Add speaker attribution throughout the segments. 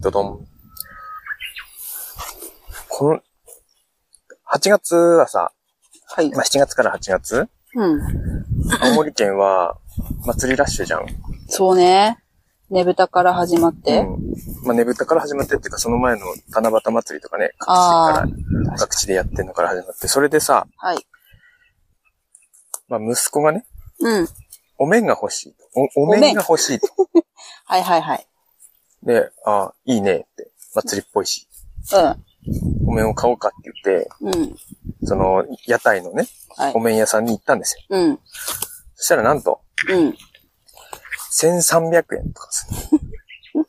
Speaker 1: ドドン。この、8月はさ、
Speaker 2: はい。
Speaker 1: まあ、7月から8月、
Speaker 2: うん。
Speaker 1: 青森県は祭りラッシュじゃん。
Speaker 2: そうね。ねぶたから始まって。
Speaker 1: うん、まあ、ねぶたから始まってっていうか、その前の七夕祭りとかね、各地
Speaker 2: あ
Speaker 1: から、各地でやってんのから始まって、それでさ、
Speaker 2: はい。
Speaker 1: まあ、息子がね、
Speaker 2: うん。
Speaker 1: お面が欲しい。お、お
Speaker 2: お面
Speaker 1: 面が欲しいと。
Speaker 2: はいはいはい。
Speaker 1: で、あいいねって、祭りっぽいし、お面を買おうかって言って、
Speaker 2: うん。うん。
Speaker 1: その、屋台のね、
Speaker 2: はい
Speaker 1: お。面屋さんに行ったんですよ。
Speaker 2: うん。
Speaker 1: そしたらなんと、
Speaker 2: うん。
Speaker 1: 1300円とかする。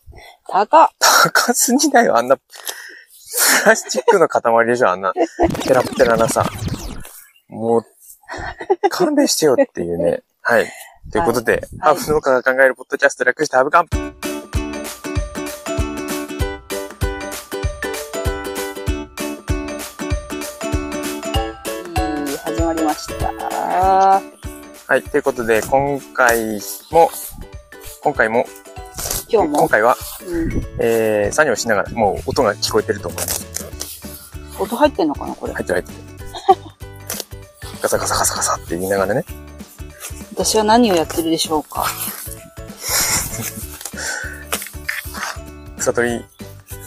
Speaker 2: 高っ。
Speaker 1: 高すぎないよ、あんな、プラスチックの塊でしょ、あんな、ペラッペラなさ。もう、勘弁してよっていうね。はい。ということで、
Speaker 2: はい
Speaker 1: ハーブ農家が考えるポッドキャスト略してハーブカン。
Speaker 2: いい始まりました。は
Speaker 1: はい。ということで、今回も、今回も、
Speaker 2: い今日
Speaker 1: 今
Speaker 2: も、
Speaker 1: 回は、
Speaker 2: うん、
Speaker 1: えー、作業しながら、もう音が聞こえてると思います。
Speaker 2: 音入ってんのかなこれ。
Speaker 1: 入ってる入ってる。ガサガサガサガサって言いながらね。
Speaker 2: 私は何をやってるでしょうか
Speaker 1: 草取り、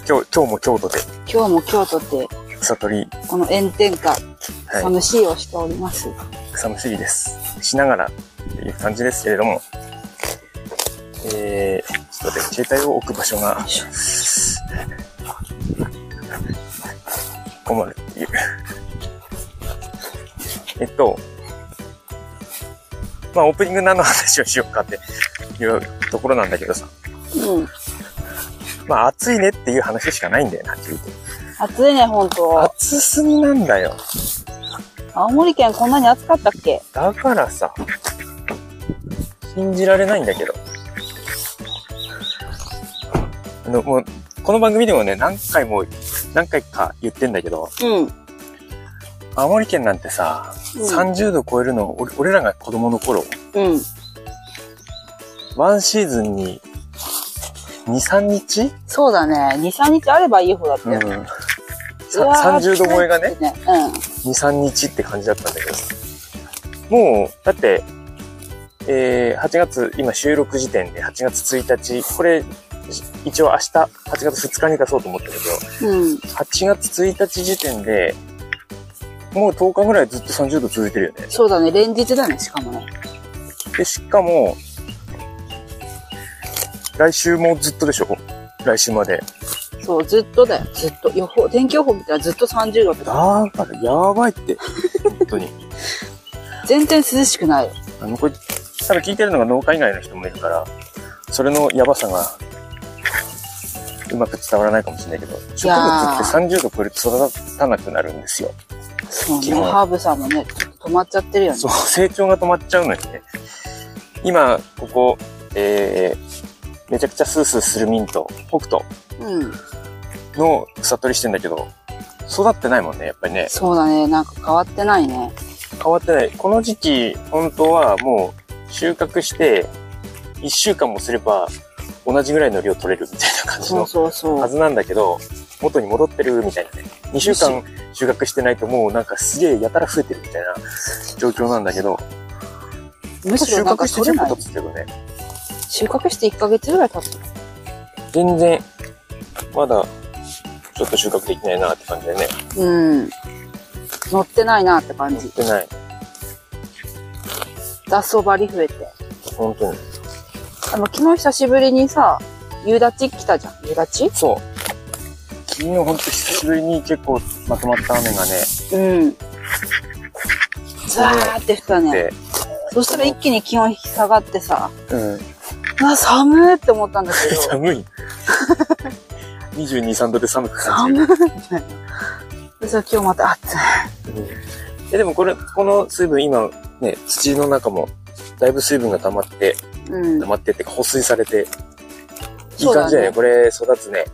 Speaker 1: 今日、今日も京都で
Speaker 2: 今日も京都で
Speaker 1: 草取り、
Speaker 2: この炎天下、
Speaker 1: はい、
Speaker 2: 寂しいをしております。
Speaker 1: 草むしりです。しながらっていう感じですけれども、えー、ちょっと待って、携帯を置く場所が
Speaker 2: よいしょ
Speaker 1: 困るっていう。えっと、まあオープニング何の話をしようかっていうところなんだけどさ、
Speaker 2: うん。
Speaker 1: まあ暑いねっていう話しかないんだよな、っていうと
Speaker 2: 暑いね、ほんと。
Speaker 1: 暑すぎなんだよ。
Speaker 2: 青森県こんなに暑かったっけ
Speaker 1: だからさ、信じられないんだけど。あの、もう、この番組でもね、何回も、何回か言ってんだけど、
Speaker 2: うん。
Speaker 1: 青森県なんてさ、
Speaker 2: うん
Speaker 1: 30度超えるの、俺俺らが子供の頃、
Speaker 2: うん。
Speaker 1: ワンシーズンに、2、3日、
Speaker 2: そうだね。2、3日あればいい方だった
Speaker 1: う
Speaker 2: よ。
Speaker 1: ん、
Speaker 2: うわー
Speaker 1: 30度超えがね、。
Speaker 2: 暑い
Speaker 1: 2、3日って感じだったんだけど。もう、だって、えー、8月、今収録時点で8月1日、これ、し一応明日、8月2日に出そうと思ったけど、
Speaker 2: うん。うん。
Speaker 1: 8月1日時点で、もう10日ぐらいずっと30度続いてるよね。
Speaker 2: そうだね。連日だね、しかもね。
Speaker 1: で、しかも、来週もずっとでしょ来週まで。
Speaker 2: そう、ずっとだよ。ずっと。予報、天気予報見たらずっと30度って。
Speaker 1: だから、やばいって。本当に。
Speaker 2: 全然涼しくないよ。
Speaker 1: あの、これ、多分聞いてるのが農家以外の人もいるから、それのやばさが、うまく伝わらないかもしれないけど、植物って30度超えると育たなくなるんですよ。
Speaker 2: そう
Speaker 1: 基
Speaker 2: ね。
Speaker 1: 本
Speaker 2: ハーブさんもね、ちょっと止まっちゃってるよね
Speaker 1: そ。う、成長が止まっちゃうのよね。今、ここ、えー、めちゃくちゃスースーするミント、北斗
Speaker 2: うん。
Speaker 1: の草取りしてんだけど、育ってないもんね、やっぱりね。
Speaker 2: そうだね。なんか変わってないね。
Speaker 1: 変わってない。この時期、本当はもう、収穫して、1週間もすれば、同じぐらいの量取れるみたいな感じ
Speaker 2: そ
Speaker 1: の
Speaker 2: うそうそ
Speaker 1: は
Speaker 2: う。
Speaker 1: ずなんだけど、元に戻ってるみたいなね。2週間収穫してないともうなんかすげえやたら増えてるみたいな状況なんだけど、
Speaker 2: むし
Speaker 1: 収
Speaker 2: ろなん
Speaker 1: 穫
Speaker 2: か
Speaker 1: して
Speaker 2: 取れ
Speaker 1: 結
Speaker 2: な
Speaker 1: 構
Speaker 2: い
Speaker 1: 経。つけどね。
Speaker 2: 収穫して1ヶ月ぐらい経った。
Speaker 1: 全然、まだ、ちょっと収穫できないなって感じでね。
Speaker 2: うん。乗ってないなって感じ。
Speaker 1: でない。
Speaker 2: 雑草張り増えて。
Speaker 1: 本当に。
Speaker 2: でも昨日久しぶりにさ、夕立来たじゃん。夕立
Speaker 1: そう。昨日本当久しぶりに結構まとまった雨がね、
Speaker 2: うん。ザーって降ったね。
Speaker 1: で、
Speaker 2: そしたら一気に気温引き下がってさ、
Speaker 1: うん。
Speaker 2: うわ、寒いって思ったんだけど、
Speaker 1: 寒い。22、3度で寒く感じ
Speaker 2: 寒
Speaker 1: る。
Speaker 2: いみたいな。でさ、今日また暑い。
Speaker 1: うんえでもこれ、この水分今、ね、土の中も、だいぶ水分が溜まって、
Speaker 2: うん
Speaker 1: 溜。まってってか、保水されて、いい
Speaker 2: そうだね
Speaker 1: 感じだよね。これ、育つね。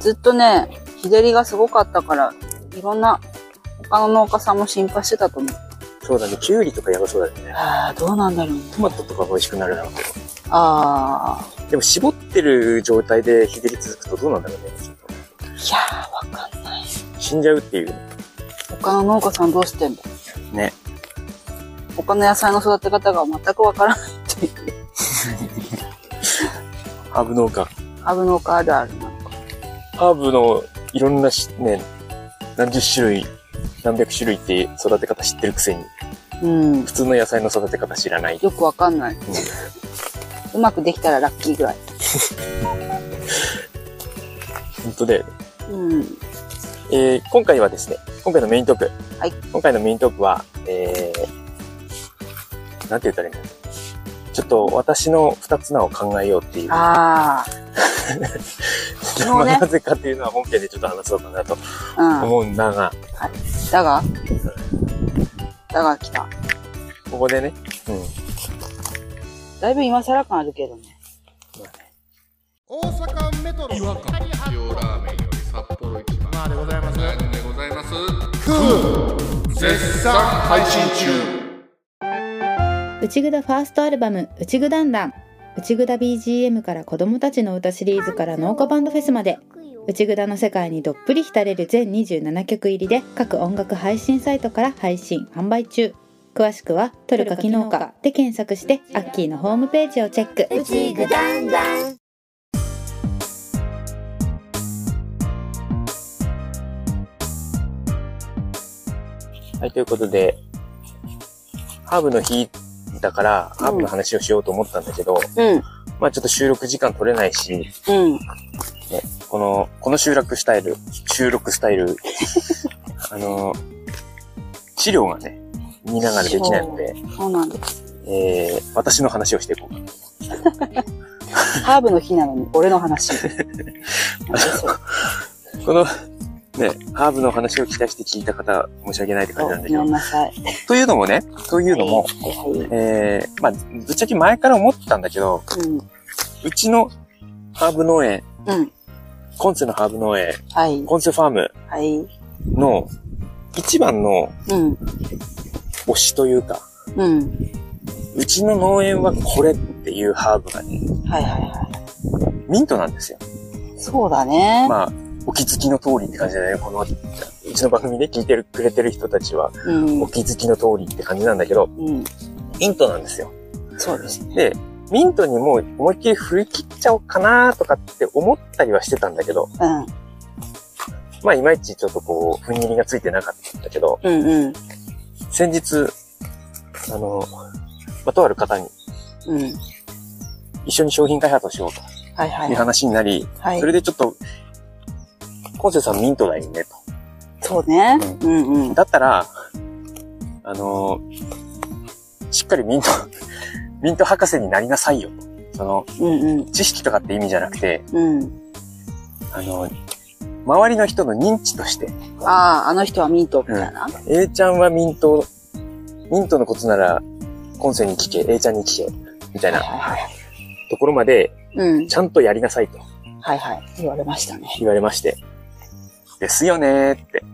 Speaker 2: ずっとね、日照りがすごかったから、いろんな他の農家さんも心配してたと思う。
Speaker 1: そうだね。キュウリとかやばそうだよね。
Speaker 2: ああ、どうなんだろうね。
Speaker 1: トマトとかが美味しくなるだろうけど。
Speaker 2: ああ、
Speaker 1: でも絞ってる状態で日照り続くとどうなんだろうね。ちょっと
Speaker 2: やー、わかんない。
Speaker 1: 死んじゃうっていう。
Speaker 2: 他の農家さんどうしてんだ
Speaker 1: ね。
Speaker 2: 他の野菜の育て方が全くわからないっていう。
Speaker 1: ハーブ農家。
Speaker 2: ハーブ農家あるあるなのか。
Speaker 1: ハーブのいろんなし、ね、何十種類、何百種類って育て方知ってるくせに、
Speaker 2: うん。
Speaker 1: 普通の野菜の育て方知らない。
Speaker 2: よくわかんない。うまくできたらラッキーぐらい。
Speaker 1: 本当で、
Speaker 2: うん。
Speaker 1: えー今回はですね、今回のメイントーク。
Speaker 2: はい
Speaker 1: 今回のメイントークは、えー、なんて言ったらいいのちょっと私の二つ名を考えようっていう。
Speaker 2: あ 昨日ね
Speaker 1: なぜかっていうのは本編でちょっと話そうかなと
Speaker 2: あ。うん。
Speaker 1: 思うんだが、
Speaker 2: だがだが来た。
Speaker 1: ここでね、うん。
Speaker 2: だいぶ今更感あるけどね。
Speaker 3: 大阪メトロ違和感
Speaker 4: 塩ラーメンより札幌一番
Speaker 3: でございます
Speaker 4: でございます
Speaker 3: 絶
Speaker 4: 絶
Speaker 3: 賛
Speaker 4: 賛
Speaker 3: 配
Speaker 4: 配
Speaker 3: 信
Speaker 4: 信
Speaker 3: 中
Speaker 4: 中
Speaker 5: 内ぐだファーストアルバム「内ぐだんだん」内ぐだ BGM から子供たちの歌シリーズから農家バンドフェスまで内ぐだの世界にどっぷり浸れる全27曲入りで各音楽配信サイトから配信販売中詳しくは「トルカ機能か」で検索してアッキーのホームページをチェック
Speaker 1: はい、ということで、ハーブの日だから、ハーブの話をしようと思ったんだけど、
Speaker 2: うん。
Speaker 1: まあちょっと収録時間取れないし、
Speaker 2: うん。
Speaker 1: この、この収録スタイル、収録スタイル、 あの、治療がね、見ながらできないので、
Speaker 2: そうなんです。
Speaker 1: えー、私の話をしていこうかな。
Speaker 2: ハーブの日なのに俺の話。
Speaker 1: この、ね、ハーブの話を期待して聞いた方、申し訳ないって感じなんだ
Speaker 2: ご
Speaker 1: け
Speaker 2: めん
Speaker 1: ど。
Speaker 2: なさい。
Speaker 1: というのもね、というのも、
Speaker 2: はいはいは
Speaker 1: えー、まあ、ぶっちゃけ前から思ってたんだけど、
Speaker 2: い。うん。
Speaker 1: うちのハーブ農園、
Speaker 2: うん。
Speaker 1: コンセのハーブ農園、
Speaker 2: はい。
Speaker 1: コンセファーム
Speaker 2: はい。
Speaker 1: の一番の
Speaker 2: うん。
Speaker 1: 推しというか、
Speaker 2: うん。
Speaker 1: うちの農園はこれっていうハーブがね、
Speaker 2: はいはいは
Speaker 1: ミントなんですよ。
Speaker 2: い。そうだね。
Speaker 1: まあ、お気づきの通りって感じだね。この、うちの番組で聞いてるくれてる人たちは、
Speaker 2: うん
Speaker 1: お。気づきの通りって感じなんだけど、
Speaker 2: うん。
Speaker 1: ミントなんですよ。
Speaker 2: そうですね。
Speaker 1: で、ミントにもう思いっきり振り切っちゃおうかなとかって思ったりはしてたんだけど、
Speaker 2: うん。
Speaker 1: まあ、いまいちちょっとこう、踏ん切りがついてなかったんだけど、
Speaker 2: うんうん。
Speaker 1: 先日、あの、まあ、とある方に
Speaker 2: うん。
Speaker 1: 一緒に商品開発をしようと
Speaker 2: はいは
Speaker 1: い
Speaker 2: い
Speaker 1: う
Speaker 2: はい。
Speaker 1: 話になり、
Speaker 2: はい
Speaker 1: そ。れでちょっと、コンセさんミントだよね、と。
Speaker 2: そうね。うんうん。
Speaker 1: だったら、あのしっかりミント、 ミント博士になりなさいよ、と。その、
Speaker 2: うんうん。
Speaker 1: 知識とかって意味じゃなくて、
Speaker 2: うん。
Speaker 1: あの周りの人の認知として、
Speaker 2: ああ、あの人はミントみたいな。
Speaker 1: A ちゃんはミント、ミントのことなら、コンセに聞け、A ちゃんに聞け、みたい
Speaker 2: はい
Speaker 1: な
Speaker 2: はいはい。
Speaker 1: ところまで、
Speaker 2: うん。
Speaker 1: ちゃんとやりなさいと
Speaker 2: はいはい。言われましたね。
Speaker 1: 言われまして。ですよねーって。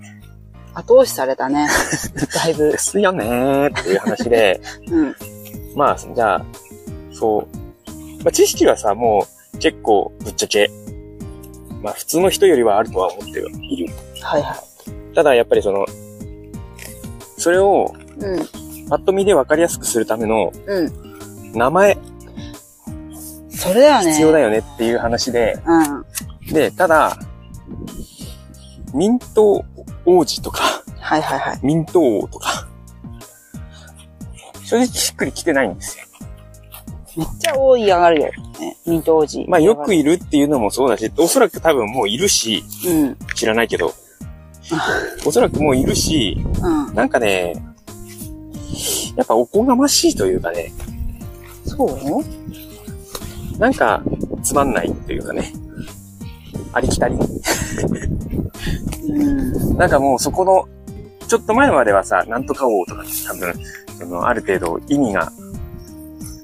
Speaker 2: 後押しされたね。だいぶ
Speaker 1: で。すよねーっていう話で、
Speaker 2: うん。
Speaker 1: まあ、じゃあ、そう。まあ、知識はさ、もう、結構、ぶっちゃけ、まあ、普通の人よりはあるとは思っている。
Speaker 2: はいは
Speaker 1: ただ、やっぱりその、それを、
Speaker 2: い。うん。
Speaker 1: パッと見で分かりやすくするための、
Speaker 2: うん。
Speaker 1: 名前、
Speaker 2: それだよね。
Speaker 1: 必要だよねっていう話で、
Speaker 2: うん。
Speaker 1: で、ただ、ミント王子とか、
Speaker 2: はいはいはい。
Speaker 1: ミント王とか、正直しっくりきてないんですよ。
Speaker 2: めっちゃ多い上がるよ。ね、ミント王子。
Speaker 1: まあよくいるっていうのもそうだし、おそらく多分もういるし、
Speaker 2: うん。うん。
Speaker 1: 知らないけど、おそらくもういるし、なんかね、やっぱおこがましいというかね、
Speaker 2: そう
Speaker 1: なんかつまんないというかね、ありきたり。
Speaker 2: うん。
Speaker 1: なんかもうそこの、ちょっと前まではさ、なんとか王とかって多分、その、ある程度意味が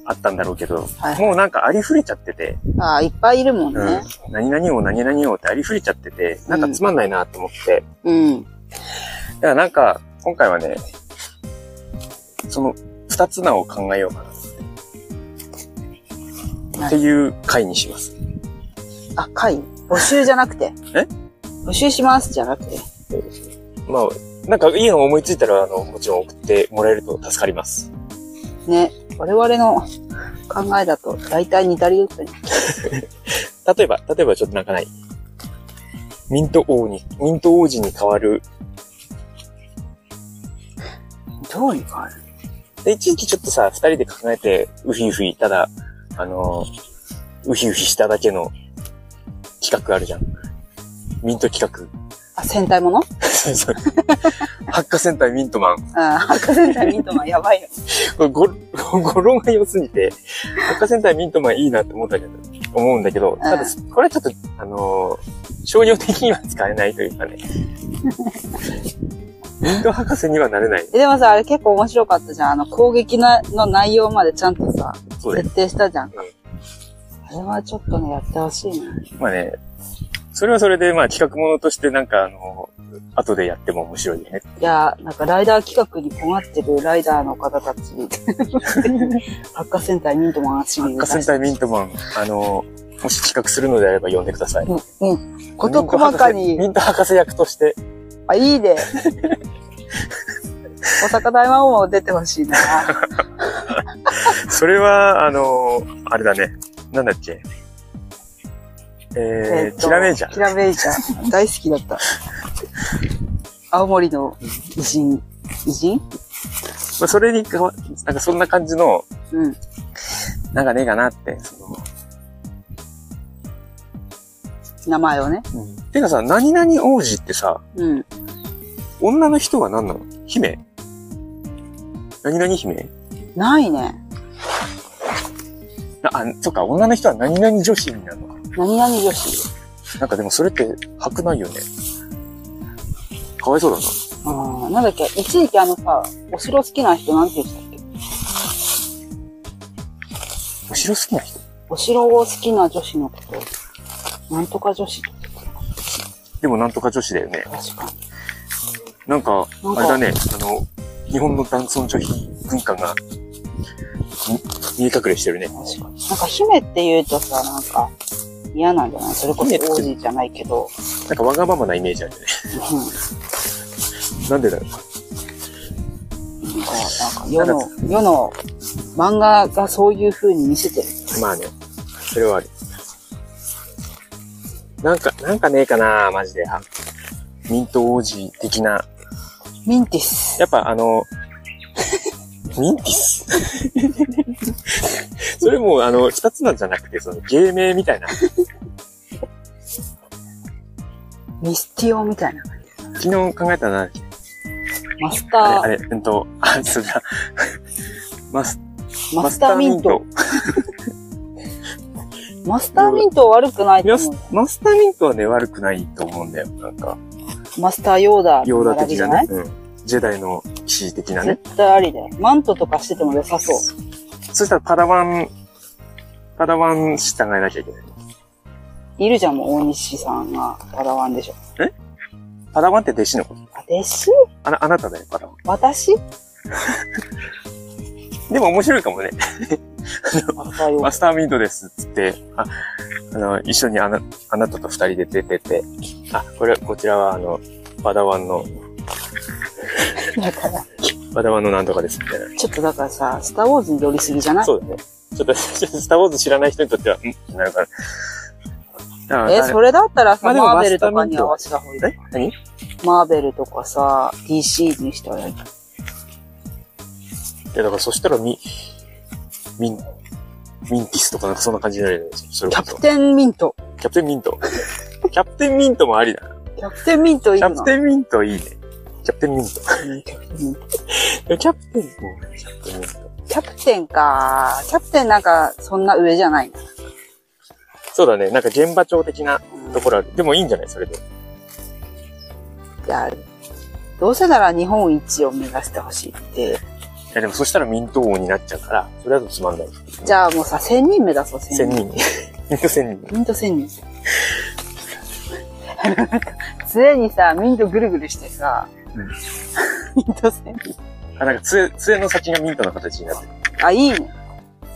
Speaker 1: あったんだろうけど、
Speaker 2: はい
Speaker 1: もうなんかありふれちゃってて、
Speaker 2: ああ、いっぱいいるもん
Speaker 1: うん
Speaker 2: ね。
Speaker 1: 何々王、何々王ってありふれちゃってて、なんかつまんないなと思って、
Speaker 2: うん。
Speaker 1: だからなんか、今回はね、その、二つ名を考えようかな。っていう回にします。
Speaker 2: あ、会募集じゃなくて。
Speaker 1: え
Speaker 2: 募集しますじゃなくて。
Speaker 1: まあ、なんかいいの思いついたら、あの、もちろん送ってもらえると助かります。
Speaker 2: ね。我々の考えだと、大体似たり寄ったり。
Speaker 1: 例えば、例えばちょっとなんかない。ミント王に、ミント王子に変わる。
Speaker 2: どうにかある
Speaker 1: で、一時期ちょっとさ、二人で考えて、ウヒウヒ、ただ、あの、ウヒウヒしただけの企画あるじゃん。ミント企画。
Speaker 2: あ、戦隊もの
Speaker 1: そうそう。 発火戦隊ミントマン。
Speaker 2: あー、赤戦隊ミントマンやばいよ。
Speaker 1: これご、 語呂が良すぎて、発火戦隊ミントマンいいなって思ったけど、思うんだけど、ただ、これはちょっと、あのー商業的には使えないというかね。 ミント博士にはなれない。
Speaker 2: えでもさ、あれ結構面白かったじゃん。あの、攻撃なの内容までちゃんとさ、
Speaker 1: そうです。
Speaker 2: 設定したじゃん。
Speaker 1: うん
Speaker 2: あれはちょっとね、やってほしいな。
Speaker 1: まあね、それはそれで、まあ企画ものとしてなんか、あの後でやっても面白いよね。
Speaker 2: いやー、なんかライダー企画に困ってるライダーの 方たち、発火戦隊ミントマンシリーズ
Speaker 1: 発火戦隊ミントマン、あのもし企画するのであれば呼んでください。
Speaker 2: うん、うん。こと細かに
Speaker 1: ミ、ント博士役として、
Speaker 2: あ、いいで。大阪大魔王も出てほしいな。
Speaker 1: それは、あのあれだね。なんだっけ。 えー、
Speaker 2: と
Speaker 1: キラメイジャ
Speaker 2: キ
Speaker 1: ー。
Speaker 2: ラメイジャー。大好きだった。青森の偉人。偉人
Speaker 1: まあ、それにかわ、なんかそんな感じの、
Speaker 2: うん。
Speaker 1: なんかねえかなって、その、
Speaker 2: 名前をね。
Speaker 1: てかさ、何々王子ってさ、
Speaker 2: うん。
Speaker 1: 女の人は何なの姫何々姫
Speaker 2: ないね。
Speaker 1: なあ、そっか、女の人は何々女子になるのか。
Speaker 2: 何々女子。
Speaker 1: なんかでもそれって白くないよね。かわいそうだな。
Speaker 2: あーなんだっけ一時期あのさ、お城好きな人なんて言ってたっけ
Speaker 1: お城好きな人
Speaker 2: お城を好きな女子のこと。なんとか女子。
Speaker 1: でもなんとか女子だよね。
Speaker 2: 確か
Speaker 1: なんか、
Speaker 2: なん
Speaker 1: あ
Speaker 2: か
Speaker 1: れだね、あの、日本の男尊女卑文化が、み見え隠れしてるね。
Speaker 2: に。確かに。なんか姫って言うとさ、なんか嫌なんじゃないそれこそ
Speaker 1: 姫って
Speaker 2: 王子じゃないけど。
Speaker 1: なんかわがままなイメージあるよね。
Speaker 2: うん
Speaker 1: なんでだろう。
Speaker 2: なんか世の、世の漫画がそういう風に見せてる。
Speaker 1: まあね、それはある。なんか、なんかねえかなマジで。あミント王子的な。
Speaker 2: ミンティス。
Speaker 1: やっぱあの、 ミンティス それもうあの、二つなんじゃなくて、その芸名みたいな。
Speaker 2: ミスティオみたいな。
Speaker 1: 昨日考えたな、
Speaker 2: マス
Speaker 1: あ
Speaker 2: タ
Speaker 1: れ、あれ、うんと、あ、それだ。マス、
Speaker 2: ー、マスターミント。。マスターミント悪くないと
Speaker 1: マス
Speaker 2: 思う。
Speaker 1: マスターミントはね、悪くないと思うんだよ。なんか、
Speaker 2: マスターヨーダ
Speaker 1: ヨー
Speaker 2: の
Speaker 1: ダ
Speaker 2: 並び
Speaker 1: 的
Speaker 2: じゃ
Speaker 1: な
Speaker 2: ない
Speaker 1: ね。うん。ジェダイの騎士的なね。
Speaker 2: 絶対ありだよ。マントとかしてても良さそう。
Speaker 1: そしたらパダワン、パダワン従えなきゃいけない。
Speaker 2: いるじゃん、もう大西さんがパラワンでしょ。
Speaker 1: パダワンって弟子のこと。
Speaker 2: あ、弟子
Speaker 1: あな、あなただよ、パダワ
Speaker 2: 私
Speaker 1: ン。でも面白いかもね。
Speaker 2: マスターヨー
Speaker 1: マ
Speaker 2: ダ
Speaker 1: スターミントです。つって、あ、あの、一緒にあな、あなたと二人で出てて、あ、これ、こちらはあの、パダワンの、
Speaker 2: だから、
Speaker 1: パダワンのなんとかです、みたいな。
Speaker 2: ちょっとだからさ、スターウォーズに寄りすぎじゃない
Speaker 1: そうだね。ちょっと、ちょっとスター・ウォーズ知らない人にとっては、んってなるから。だから
Speaker 2: え、それだったら
Speaker 1: まあ
Speaker 2: さ、
Speaker 1: でも
Speaker 2: マーベルとかに合わせた方がいい。
Speaker 1: え何
Speaker 2: マーベルとかさ、DC にしたらいい。
Speaker 1: いや、だからそしたらミ、ミン、ミンティスとかなんかそんな感じになるよね。それ
Speaker 2: キ
Speaker 1: こ
Speaker 2: ャ
Speaker 1: そ
Speaker 2: プ。テンミント。
Speaker 1: キャプテンミント。キャプテンミントもありだな。
Speaker 2: キャプテンミントい
Speaker 1: キ
Speaker 2: いな。
Speaker 1: ャプテンミントいいね。キャプテンミント。
Speaker 2: キャプテンミント。
Speaker 1: キャプテン、うんキャプテンミント。
Speaker 2: キャプテンか。キャプテンなんか、そんな上じゃないな。
Speaker 1: そうだね。なんか現場長的な
Speaker 2: うん
Speaker 1: ところある。でもいいんじゃないそれで。
Speaker 2: いや、どうせなら日本一を目指してほしいって。
Speaker 1: いや、でもそしたらミント王になっちゃうから、それだとつまんない。
Speaker 2: じゃあもうさ、1000人目指そう、1000
Speaker 1: 1000
Speaker 2: 人。
Speaker 1: 人。 ミント1000人。
Speaker 2: ミント1000人。 常にさ、ミントぐるぐるしてさ、
Speaker 1: うん
Speaker 2: ミント1000人。
Speaker 1: あ、なんか杖、杖の先がミントの形になってる。
Speaker 2: あ、いいね。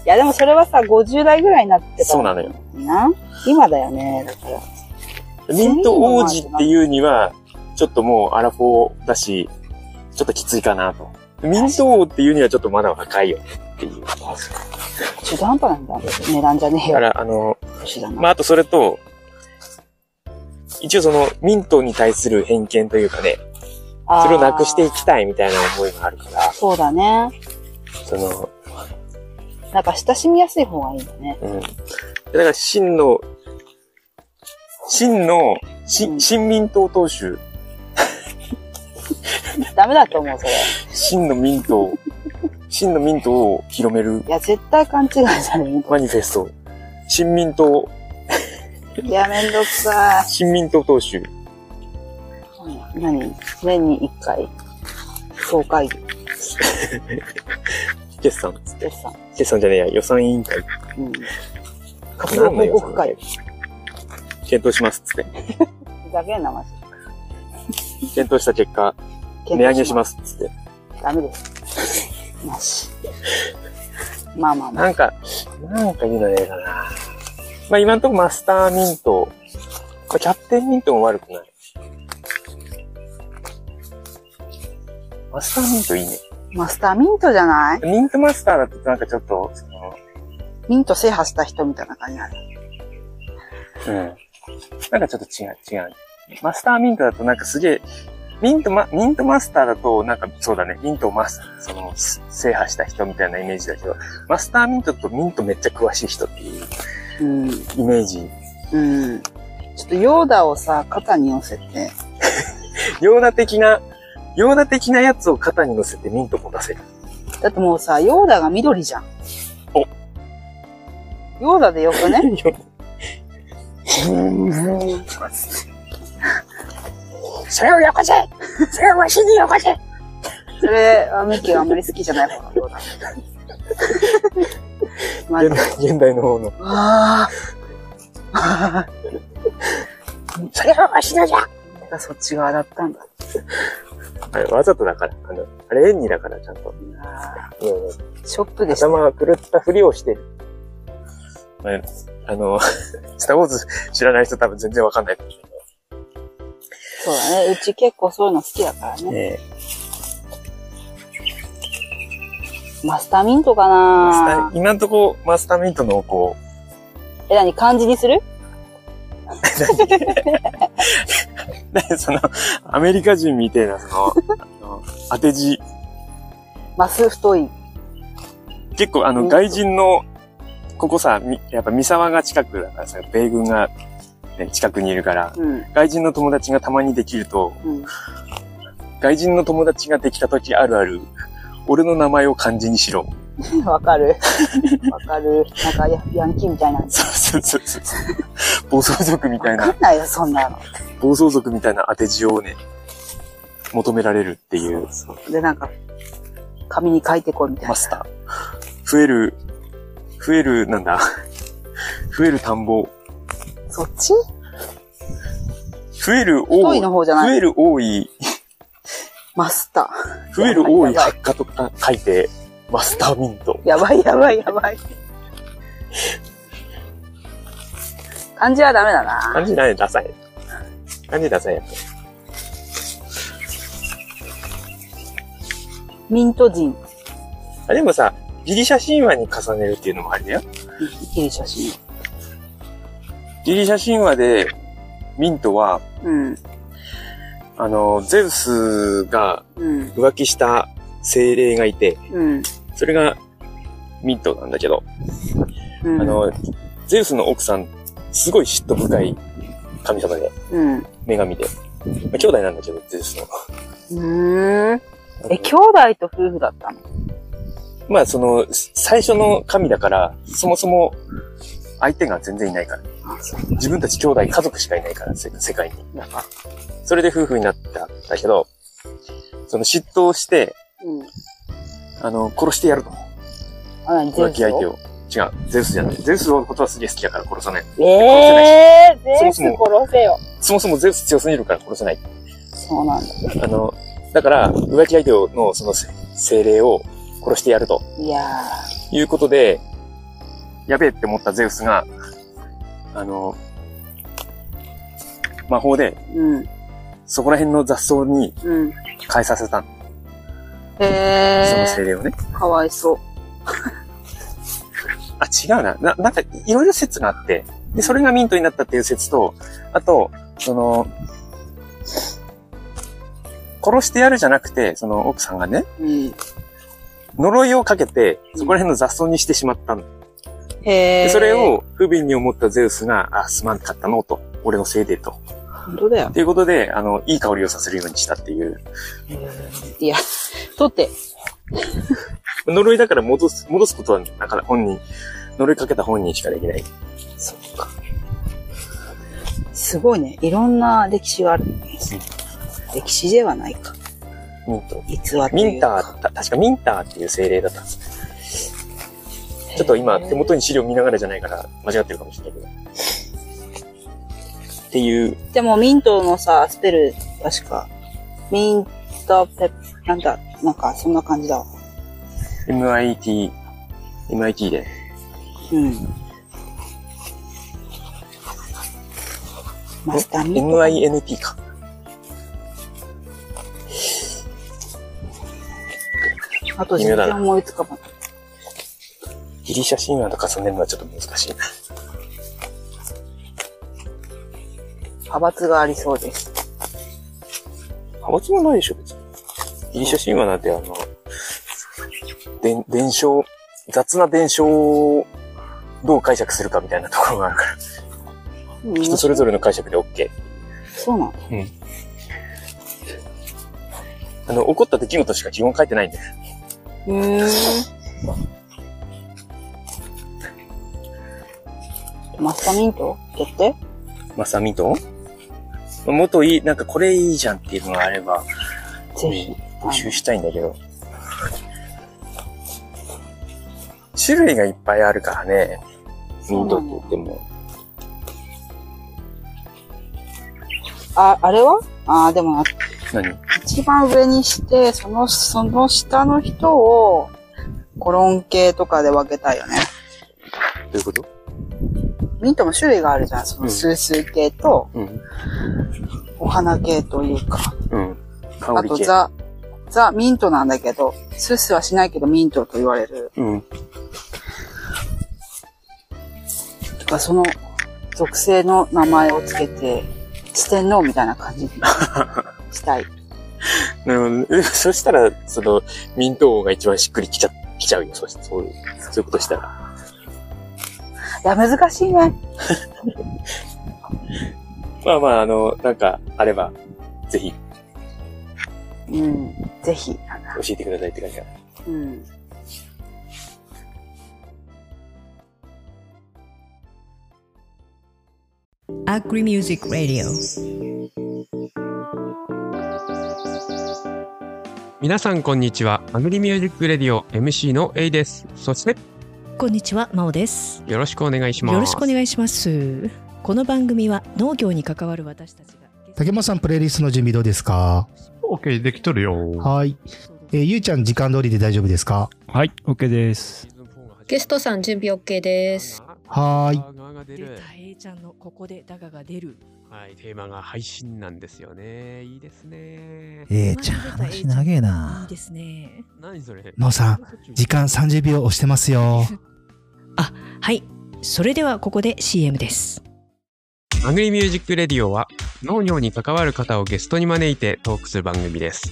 Speaker 2: いや、でもそれはさ、50代ぐらいになって
Speaker 1: そうな
Speaker 2: か
Speaker 1: のよ。
Speaker 2: らな。今だよね、だから。
Speaker 1: ミント王子っていうには、ちょっともうアラフォーだし、ちょっときついかなと。ミント王っていうにはちょっとまだ若いよっていう。
Speaker 2: 中途半端なんだ。値段じゃねえ
Speaker 1: だか
Speaker 2: よ。
Speaker 1: ら、あの、
Speaker 2: 年だな。
Speaker 1: まあ、あとそれと、一応その、ミントに対する偏見というかね、
Speaker 2: あー
Speaker 1: それをなくしていきたいみたいな思いがあるから、
Speaker 2: そうだね。
Speaker 1: その、
Speaker 2: なんか親しみやすい方がいいよね。
Speaker 1: うん。だから、真の、真の、し
Speaker 2: うん
Speaker 1: 新民党党首、
Speaker 2: ダメだと思う、それ。い
Speaker 1: 真の民党、真の民党を広める
Speaker 2: や、絶対勘違いされ る。
Speaker 1: マニフェスト、新民党、
Speaker 2: いや、めんどくさい。
Speaker 1: 新民党党首、
Speaker 2: 何年に一回、総会議
Speaker 1: 決算、
Speaker 2: ですさ。
Speaker 1: 決算じゃねえや、予算委員会、
Speaker 2: うん。活動報告会。
Speaker 1: 検討しますっつって、
Speaker 2: ふざけんな、マジ
Speaker 1: 検討した結果、
Speaker 2: で。
Speaker 1: 値上げしますっつって。
Speaker 2: す。ダメです。なし。まあまあまあ。
Speaker 1: なんか、なんかいいのねえかな。まあ今んとこマスターミント、まあキャプテンミントも悪くない。マスターミントいいね。
Speaker 2: マスターミントじゃない
Speaker 1: ミントマスターだとなんかちょっと、その
Speaker 2: ミント制覇した人みたいな感じなの。
Speaker 1: うん。なんかちょっと違う、違う。マスターミントだとなんかすげえ、ミントマ、ミントマスターだとなんかそうだね、ミントをマス、その、す制覇した人みたいなイメージだけど、マスターミントとミントめっちゃ詳しい人っていう
Speaker 2: うん。
Speaker 1: イメージ。
Speaker 2: うん。ちょっとヨーダをさ、肩に寄せて、
Speaker 1: ヨーダ的な、ヨーダ的なやつを肩に乗せてミントも出せる。
Speaker 2: だってもうさ、ヨーダが緑じゃん。
Speaker 1: お
Speaker 2: ヨーダでよくね
Speaker 1: それをよこせそれをわしによこせ
Speaker 2: それ、あミッキーがあんまり好きじゃない方のヨーダ。 マジで。
Speaker 1: 現代、現代の方の。
Speaker 2: あ
Speaker 1: それはわしのじゃ
Speaker 2: あ、そっち側だったんだ。
Speaker 1: わざとだから。あの、あれ演技だから、ちゃんと。
Speaker 2: あ
Speaker 1: うん
Speaker 2: ーショックでした。
Speaker 1: 頭が狂ったふりをしてる。まああの、 スターウォーズ知らない人多分全然わかんないと思う
Speaker 2: そうだね。うち結構そういうの好きだからね。
Speaker 1: ええ
Speaker 2: マスターミントか
Speaker 1: マスタ
Speaker 2: な
Speaker 1: ー今んとこマスターミントのこう、
Speaker 2: え、何漢字にする
Speaker 1: ね その、アメリカ人みたいな、その、あの当て字、
Speaker 2: マス太い。
Speaker 1: 結構あ
Speaker 2: う
Speaker 1: の、
Speaker 2: ん
Speaker 1: 外人の、ここさ、みやっぱ三沢が近くだからさ、米軍が、ね、近くにいるから、
Speaker 2: うん。
Speaker 1: 外人の友達がたまにできると、
Speaker 2: うん。
Speaker 1: 外人の友達ができた時あるある、俺の名前を漢字にしろ。
Speaker 2: わか る。わかる。なんかヤ、ヤンキーみたいな。わ
Speaker 1: そうそうそうそう。暴走族みたい
Speaker 2: か
Speaker 1: な、
Speaker 2: んないよ、そんなの。
Speaker 1: 暴走族みたいな当て字をね、求められるっていう
Speaker 2: で、なんか、紙に書いてこいみたい
Speaker 1: マスター。増える、増える、なんだ、 増える田んぼ、
Speaker 2: な。そっち
Speaker 1: 増える
Speaker 2: 太
Speaker 1: 多
Speaker 2: い
Speaker 1: い、
Speaker 2: の方じゃ
Speaker 1: 増
Speaker 2: ない
Speaker 1: える多い、
Speaker 2: マスタ
Speaker 1: 増える多い
Speaker 2: やばい
Speaker 1: 発火とか書いて、マスターミント。
Speaker 2: ー。やばいやばいやばい。漢字はダメだな。
Speaker 1: 漢字何ダサい漢字ダサいやっ
Speaker 2: ミント人。
Speaker 1: ぱ。あ、でもさ、ギリシャ神話に重ねるっていうのもありだよ。
Speaker 2: ギリシャ神
Speaker 1: ギリシャ神話で、ミントは、
Speaker 2: うん。
Speaker 1: あの、ゼウスが
Speaker 2: うん。
Speaker 1: 浮気した精霊がいて、
Speaker 2: うん。
Speaker 1: それがミントなんだけど、
Speaker 2: うん。
Speaker 1: あ、の、ゼウスの奥さん、すごい嫉妬深い神様で、
Speaker 2: うん。う
Speaker 1: 女神で。まあ、兄弟なんだけど、ゼウスの。
Speaker 2: ーん。え、兄
Speaker 1: 日
Speaker 2: 弟と夫婦だったの
Speaker 1: まあ、その、最初の神だから、そもそも、相手が全然いないから。
Speaker 2: あ、そう。
Speaker 1: 自分たち兄弟、家族しかいないから、せ世界に。
Speaker 2: だか
Speaker 1: それで夫婦になったんだけど、その嫉妬をして、
Speaker 2: ら。うん。
Speaker 1: あの、殺してやると。
Speaker 2: あ、何ゼ
Speaker 1: 浮
Speaker 2: ウ
Speaker 1: 気
Speaker 2: ス
Speaker 1: 相手
Speaker 2: を
Speaker 1: を。違う、ゼウスじゃない。ゼウスのことはすげえ好きだから殺さない。
Speaker 2: えー、ゼウス
Speaker 1: そも
Speaker 2: 殺せよ。
Speaker 1: そもそもゼウス強すぎるから殺せない。
Speaker 2: そうなんだ。
Speaker 1: あの、だから、浮気相手のその精霊を殺してやると
Speaker 2: いや
Speaker 1: いうことで、やべえって思ったゼウスが、あの、魔法で、
Speaker 2: うん。
Speaker 1: そこら辺の雑草に
Speaker 2: うん。
Speaker 1: 変えさせたの。その
Speaker 2: へ
Speaker 1: 精霊をね。
Speaker 2: ー。かわいそう。
Speaker 1: あ、違うな。な、なんか、いろいろ説があって、で、それがミントになったっていう説と、あと、その、殺してやるじゃなくて、その奥さんがね、
Speaker 2: うん。
Speaker 1: 呪いをかけて、そこら辺の雑草にしてしまったの。
Speaker 2: へ
Speaker 1: で
Speaker 2: ー。
Speaker 1: それ。を不憫に思ったゼウスが、あ、すまんかったのと、俺のせいでと。
Speaker 2: 本当だよ
Speaker 1: と。いうことで、あの、いい香りをさせるようにしたっていう。
Speaker 2: いや、取って。
Speaker 1: 呪いだから戻す、戻すことは、だから本人、呪いかけた本人しかできない。
Speaker 2: そっか。すごいね。いろんな歴史があるね。歴史ではないか。
Speaker 1: ミント。
Speaker 2: 逸話と
Speaker 1: ミ
Speaker 2: い
Speaker 1: ン
Speaker 2: う
Speaker 1: ター
Speaker 2: か。、
Speaker 1: た確かミンターっていう精霊だったんですちょっと今、手元に資料見ながらじゃないから、間違ってるかもしれないけど。っていう、
Speaker 2: でもミントのさ、スペル、確か、ミントペッ、なんだ、なんか、そんな感じだわ。
Speaker 1: MIT、MIT で。
Speaker 2: うん。マスターミント。
Speaker 1: MINT か。
Speaker 2: あと全然思いつかなかった。
Speaker 1: ギリシャ神話と重ねるのはちょっと難しいな。
Speaker 2: 派閥がありそうです。
Speaker 1: 派閥もないでしょ、別に。ギリシャ神話なんて、あの、伝、伝承、雑な伝承をどう解釈するかみたいなところがあるから、
Speaker 2: うん
Speaker 1: 人それぞれの解釈で OK。
Speaker 2: そうなんだ。
Speaker 1: あの、起こった出来事しか基本書いてないんで。
Speaker 2: うーん。マスターミント決定
Speaker 1: マサミと元いい、なんかこれいいじゃんっていうのがあれば、
Speaker 2: ぜひ。
Speaker 1: 募集したいんだけど。種類がいっぱいあるからね。ミントって言っても。
Speaker 2: あ、あれはあー、でもな、
Speaker 1: 何
Speaker 2: 一番上にして、その、その下の人を、コロン系とかで分けたいよね。
Speaker 1: どういうこと
Speaker 2: ミントも種類があるじゃん。その、スースー系と、
Speaker 1: うん。
Speaker 2: お花系というか。
Speaker 1: うん。香
Speaker 2: あ
Speaker 1: り
Speaker 2: と、
Speaker 1: 系。
Speaker 2: ザ、ザ、ミントなんだけど、スースーはしないけど、ミントと言われる。
Speaker 1: うん。
Speaker 2: とか、その、属性の名前をつけて、四天王みたいな感じにした い。
Speaker 1: なるほどね。 そしたら、その、ミント王が一番しっくりきちゃ、きちゃうよ。そしそういう、そういうことしたら。
Speaker 2: いや、難しいね。
Speaker 1: まあまあ、あの、なんか、あれば、ぜひ、
Speaker 2: うん。ぜひ。
Speaker 1: 教えてくださいって感じかな。
Speaker 2: うん。
Speaker 6: Agri Music Radio.
Speaker 7: 皆さんこんにちはアグリミュージックレディオ MC の A ですそして
Speaker 6: こんにちは、まおです。
Speaker 7: よろしくお願いします
Speaker 6: よろしくお願いします。この番組は農業に関わる私たちが。
Speaker 8: 竹本さん、プレイリストの準備どうですか
Speaker 9: OK、できとるよ。
Speaker 8: はい。えーゆうちゃん、時間通りで大丈夫ですか
Speaker 10: はい、OK です。
Speaker 11: ゲストさん準備 OK です。
Speaker 8: はーい
Speaker 7: い
Speaker 6: 出た、A ちゃんのここでダガが出る。
Speaker 7: はいテーマが配信なんですよねいいですね
Speaker 8: ?A
Speaker 6: ちゃん話長
Speaker 8: え
Speaker 6: いい。ですね。
Speaker 7: 何それ
Speaker 8: のさん、時間30秒押してますよ。
Speaker 6: はい。それではここで CM です。
Speaker 7: アグリミュージックレディオは農業に関わる方をゲストに招いてトークする番組です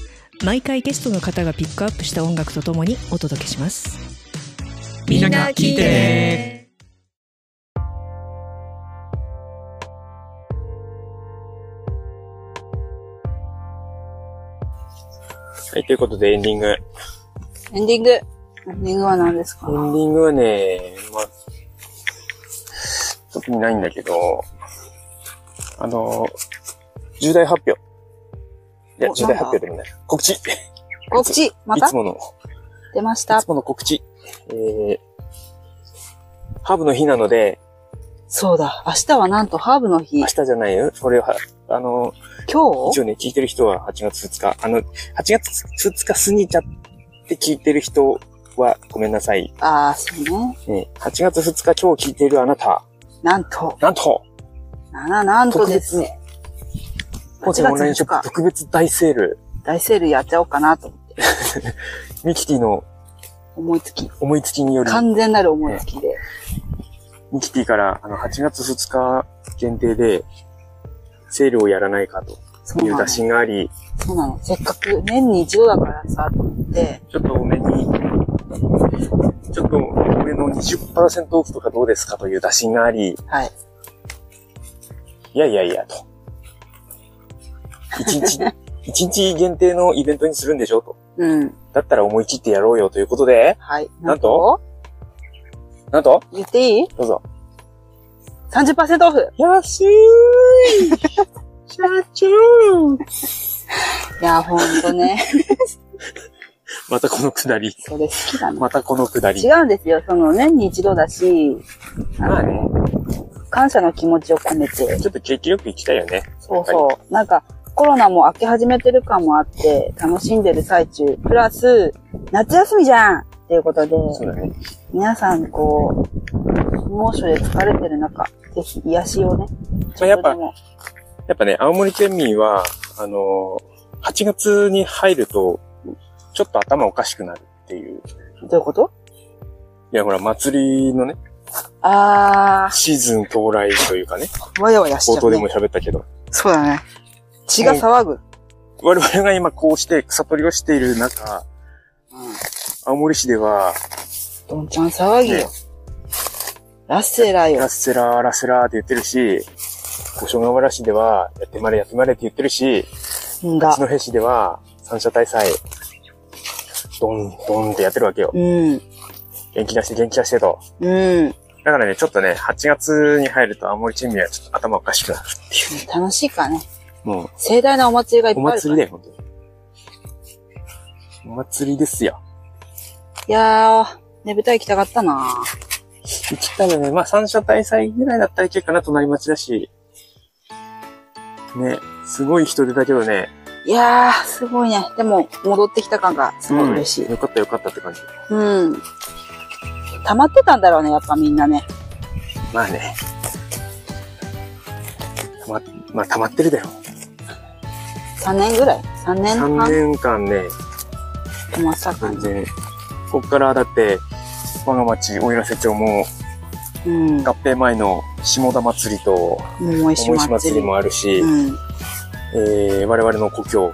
Speaker 6: 毎回ゲストの方がピックアップした音楽とともにお届けします。
Speaker 7: みんな聞いてね
Speaker 1: はい、ということでエンディング。エ
Speaker 2: エンディング。エンディングは何ですか
Speaker 1: ンディングはね、まあ、特にないんだけど、あの、重大発表。いや、
Speaker 2: お
Speaker 1: 重大発表でもない。告知
Speaker 2: 告知ま
Speaker 1: い
Speaker 2: た
Speaker 1: つもの、
Speaker 2: 出まし
Speaker 1: い
Speaker 2: た
Speaker 1: つ。もの告知。えー、ハーブの日なので、
Speaker 2: そうだ。明日はなんとハーブの日。
Speaker 1: 明
Speaker 2: 今
Speaker 1: 日じゃないよ。これは、あの、一
Speaker 2: 日
Speaker 1: 応ね、聞いてる人は8月2日、あの、8月2日過ぎちゃって聞いてる人はごめんなさい。
Speaker 2: ああ、そうね。
Speaker 1: えー8月2日今日聞いているあなた、
Speaker 2: なんと、
Speaker 1: なんと、
Speaker 2: なな、なんとですね。
Speaker 1: ポーチのオンラインショップ特別大セール、
Speaker 2: 大セールやっちゃおうかなと
Speaker 1: ミキティの
Speaker 2: 思いつき。
Speaker 1: 思いつきにより、
Speaker 2: 完全なる思いつきで。
Speaker 1: ミキティからあの8月2日限定で、セールをやらないかと
Speaker 2: そう
Speaker 1: いう
Speaker 2: なの
Speaker 1: 打。診があり、
Speaker 2: そうなの。せっかく年に一度だからさ、と思って。
Speaker 1: ちょっと多めに、ちょっと俺の20%オフとかどうですかという打診があり、
Speaker 2: はい。
Speaker 1: いやいやいやと。一日、一日限定のイベントにするんでしょと。
Speaker 2: うん。
Speaker 1: だったら思い切ってやろうよということで、
Speaker 2: はい。
Speaker 1: なんとなんと
Speaker 2: 言っていい
Speaker 1: どうぞ。
Speaker 2: ?30% オフ
Speaker 1: 安い社長
Speaker 2: いや、ほんとね。
Speaker 1: またこのくだり。
Speaker 2: それ好きだな。
Speaker 1: またこのくだり。
Speaker 2: 違うんですよ。その年に一度だし、
Speaker 1: まあね、
Speaker 2: 感謝の気持ちを込めて。
Speaker 1: ちょっと景気よく行きたいよね。
Speaker 2: そうそう。なんか、コロナも明け始めてる感もあって、楽しんでる最中。プラス、夏休みじゃんっていうことで、
Speaker 1: そうだね。
Speaker 2: 皆さん、こう、猛暑で疲れてる中、ぜひ癒しをね、
Speaker 1: まあやっぱ
Speaker 2: ちょっとでも
Speaker 1: やっぱね、青森県民は、あのー、8月に入ると、ちょっと頭おかしくなるっていう。
Speaker 2: どういうこと
Speaker 1: いや、ほら、祭りのね、
Speaker 2: あ
Speaker 1: シーズン到来というかね、
Speaker 2: ー、わやわやし
Speaker 1: 冒
Speaker 2: ちゃ
Speaker 1: 頭
Speaker 2: う、
Speaker 1: でも
Speaker 2: ね。
Speaker 1: 喋ったけど、
Speaker 2: そうだね。血が騒ぐ。
Speaker 1: 我々が今こうして草取りをしている中、
Speaker 2: うん。
Speaker 1: 青森市では、
Speaker 2: どんちゃん騒ぎ
Speaker 1: ね
Speaker 2: よ。ラッセラよ
Speaker 1: ラッ。セラー、ラッセラーって言ってるし、五所川原市では、やってまれ、やってまれって言ってるし、
Speaker 2: ん
Speaker 1: 八
Speaker 2: だ。
Speaker 1: 戸市では、三者大祭、ドン、ドンってやってるわけよ。
Speaker 2: うん。
Speaker 1: 元気出して、元気出してと。
Speaker 2: うん。
Speaker 1: だからね、ちょっとね、8月に入ると青森県民はちょっと頭おかしくなるっていう。
Speaker 2: 楽しいからね。
Speaker 1: もう、
Speaker 2: 盛大なお祭りがいっぱ
Speaker 1: お
Speaker 2: いあるから
Speaker 1: 祭りだよ、本当に。お祭りですよ。
Speaker 2: いやー、ねぶた行きたかったな
Speaker 1: 行きたいよね。まあ、三者大祭ぐらいだったらいけるかな、隣町だし。ね、すごい人出だけどね。
Speaker 2: いやー、すごいね。でも、戻ってきた感がすごい嬉しい。
Speaker 1: よかったよかったって感じ。
Speaker 2: うん。溜まってたんだろうね、やっぱみんなね。
Speaker 1: まあね。たま、まあ、溜まってるだよ。
Speaker 2: 3年ぐらい ?3 年
Speaker 1: 3
Speaker 2: 半
Speaker 1: 年間ね、
Speaker 2: まさか
Speaker 1: 全。然。こっからだって、我が町、大浦瀬町も、
Speaker 2: うん。
Speaker 1: 合併前の下田祭りと、
Speaker 2: 桃石
Speaker 1: 大石
Speaker 2: 祭
Speaker 1: 祭
Speaker 2: り
Speaker 1: りもあるし、
Speaker 2: うん。
Speaker 1: えー、我々の故郷、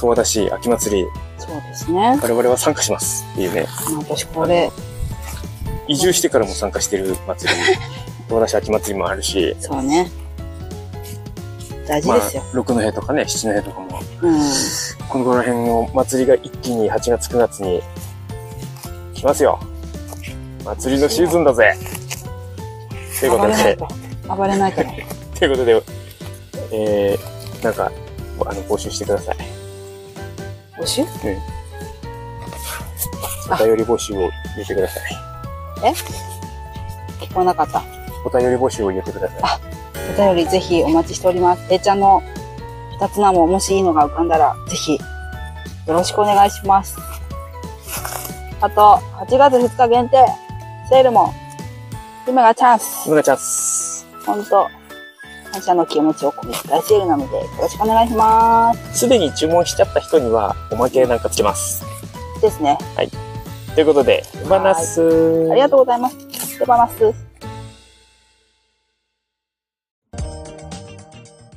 Speaker 1: 十和田市秋祭り、
Speaker 2: そうですね。
Speaker 1: 我々は参加しますっていうね、
Speaker 2: 私これ、
Speaker 1: 移住してからも参加してる祭り、 十和田市秋祭りもあるし、
Speaker 2: そうね。大事
Speaker 1: まあ
Speaker 2: ですよ。、
Speaker 1: 六戸とかね、七戸とかも、
Speaker 2: うん。
Speaker 1: この辺の祭りが一気に8月9月に来ますよ。祭りのシーズンだぜというこ
Speaker 2: 暴
Speaker 1: と
Speaker 2: れない
Speaker 1: で、
Speaker 2: と。暴れないとね。
Speaker 1: ということで、えー、なんか、あの、募集してください。
Speaker 2: 募集あ
Speaker 1: お便り募集を入れてください。
Speaker 2: 聞こえなかった。
Speaker 1: お便り募集を入れてください。
Speaker 2: お便りぜひお待ちしております。てーちゃんの二つ名ももしいいのが浮かんだら、ぜひ、よろしくお願いします。あと、8月2日限定、セールも、今がチャンス。
Speaker 1: ムガチャンス。
Speaker 2: ほんと、感謝の気持ちを込めて大セールなので、よろしくお願いします。
Speaker 1: すでに注文しちゃった人にはおまけなんかつけます。
Speaker 2: ですね。
Speaker 1: ということで、手放す。
Speaker 2: ありがとうございます。手放す。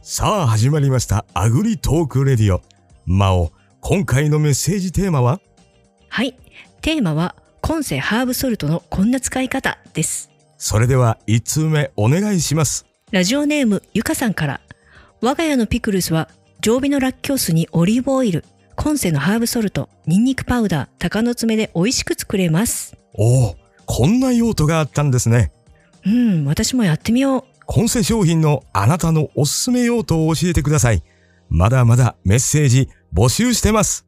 Speaker 10: さあ始まりましたアグリトークレディオマオ今回のメッセージテーマは
Speaker 6: はいテーマは今世ハーブソルトのこんな使い方です
Speaker 10: それでは1通目お願いします
Speaker 6: ラジオネームゆかさんから我が家のピクルスは常備のラッキョウ酢にオリーブオイル今世のハーブソルトニンニクパウダー鷹の爪で美味しく作れます
Speaker 10: おおこんな用途があったんですね
Speaker 6: うん私もやってみよう
Speaker 10: 今世商品のあなたのおすすめ用途を教えてくださいまだまだメッセージ募集してます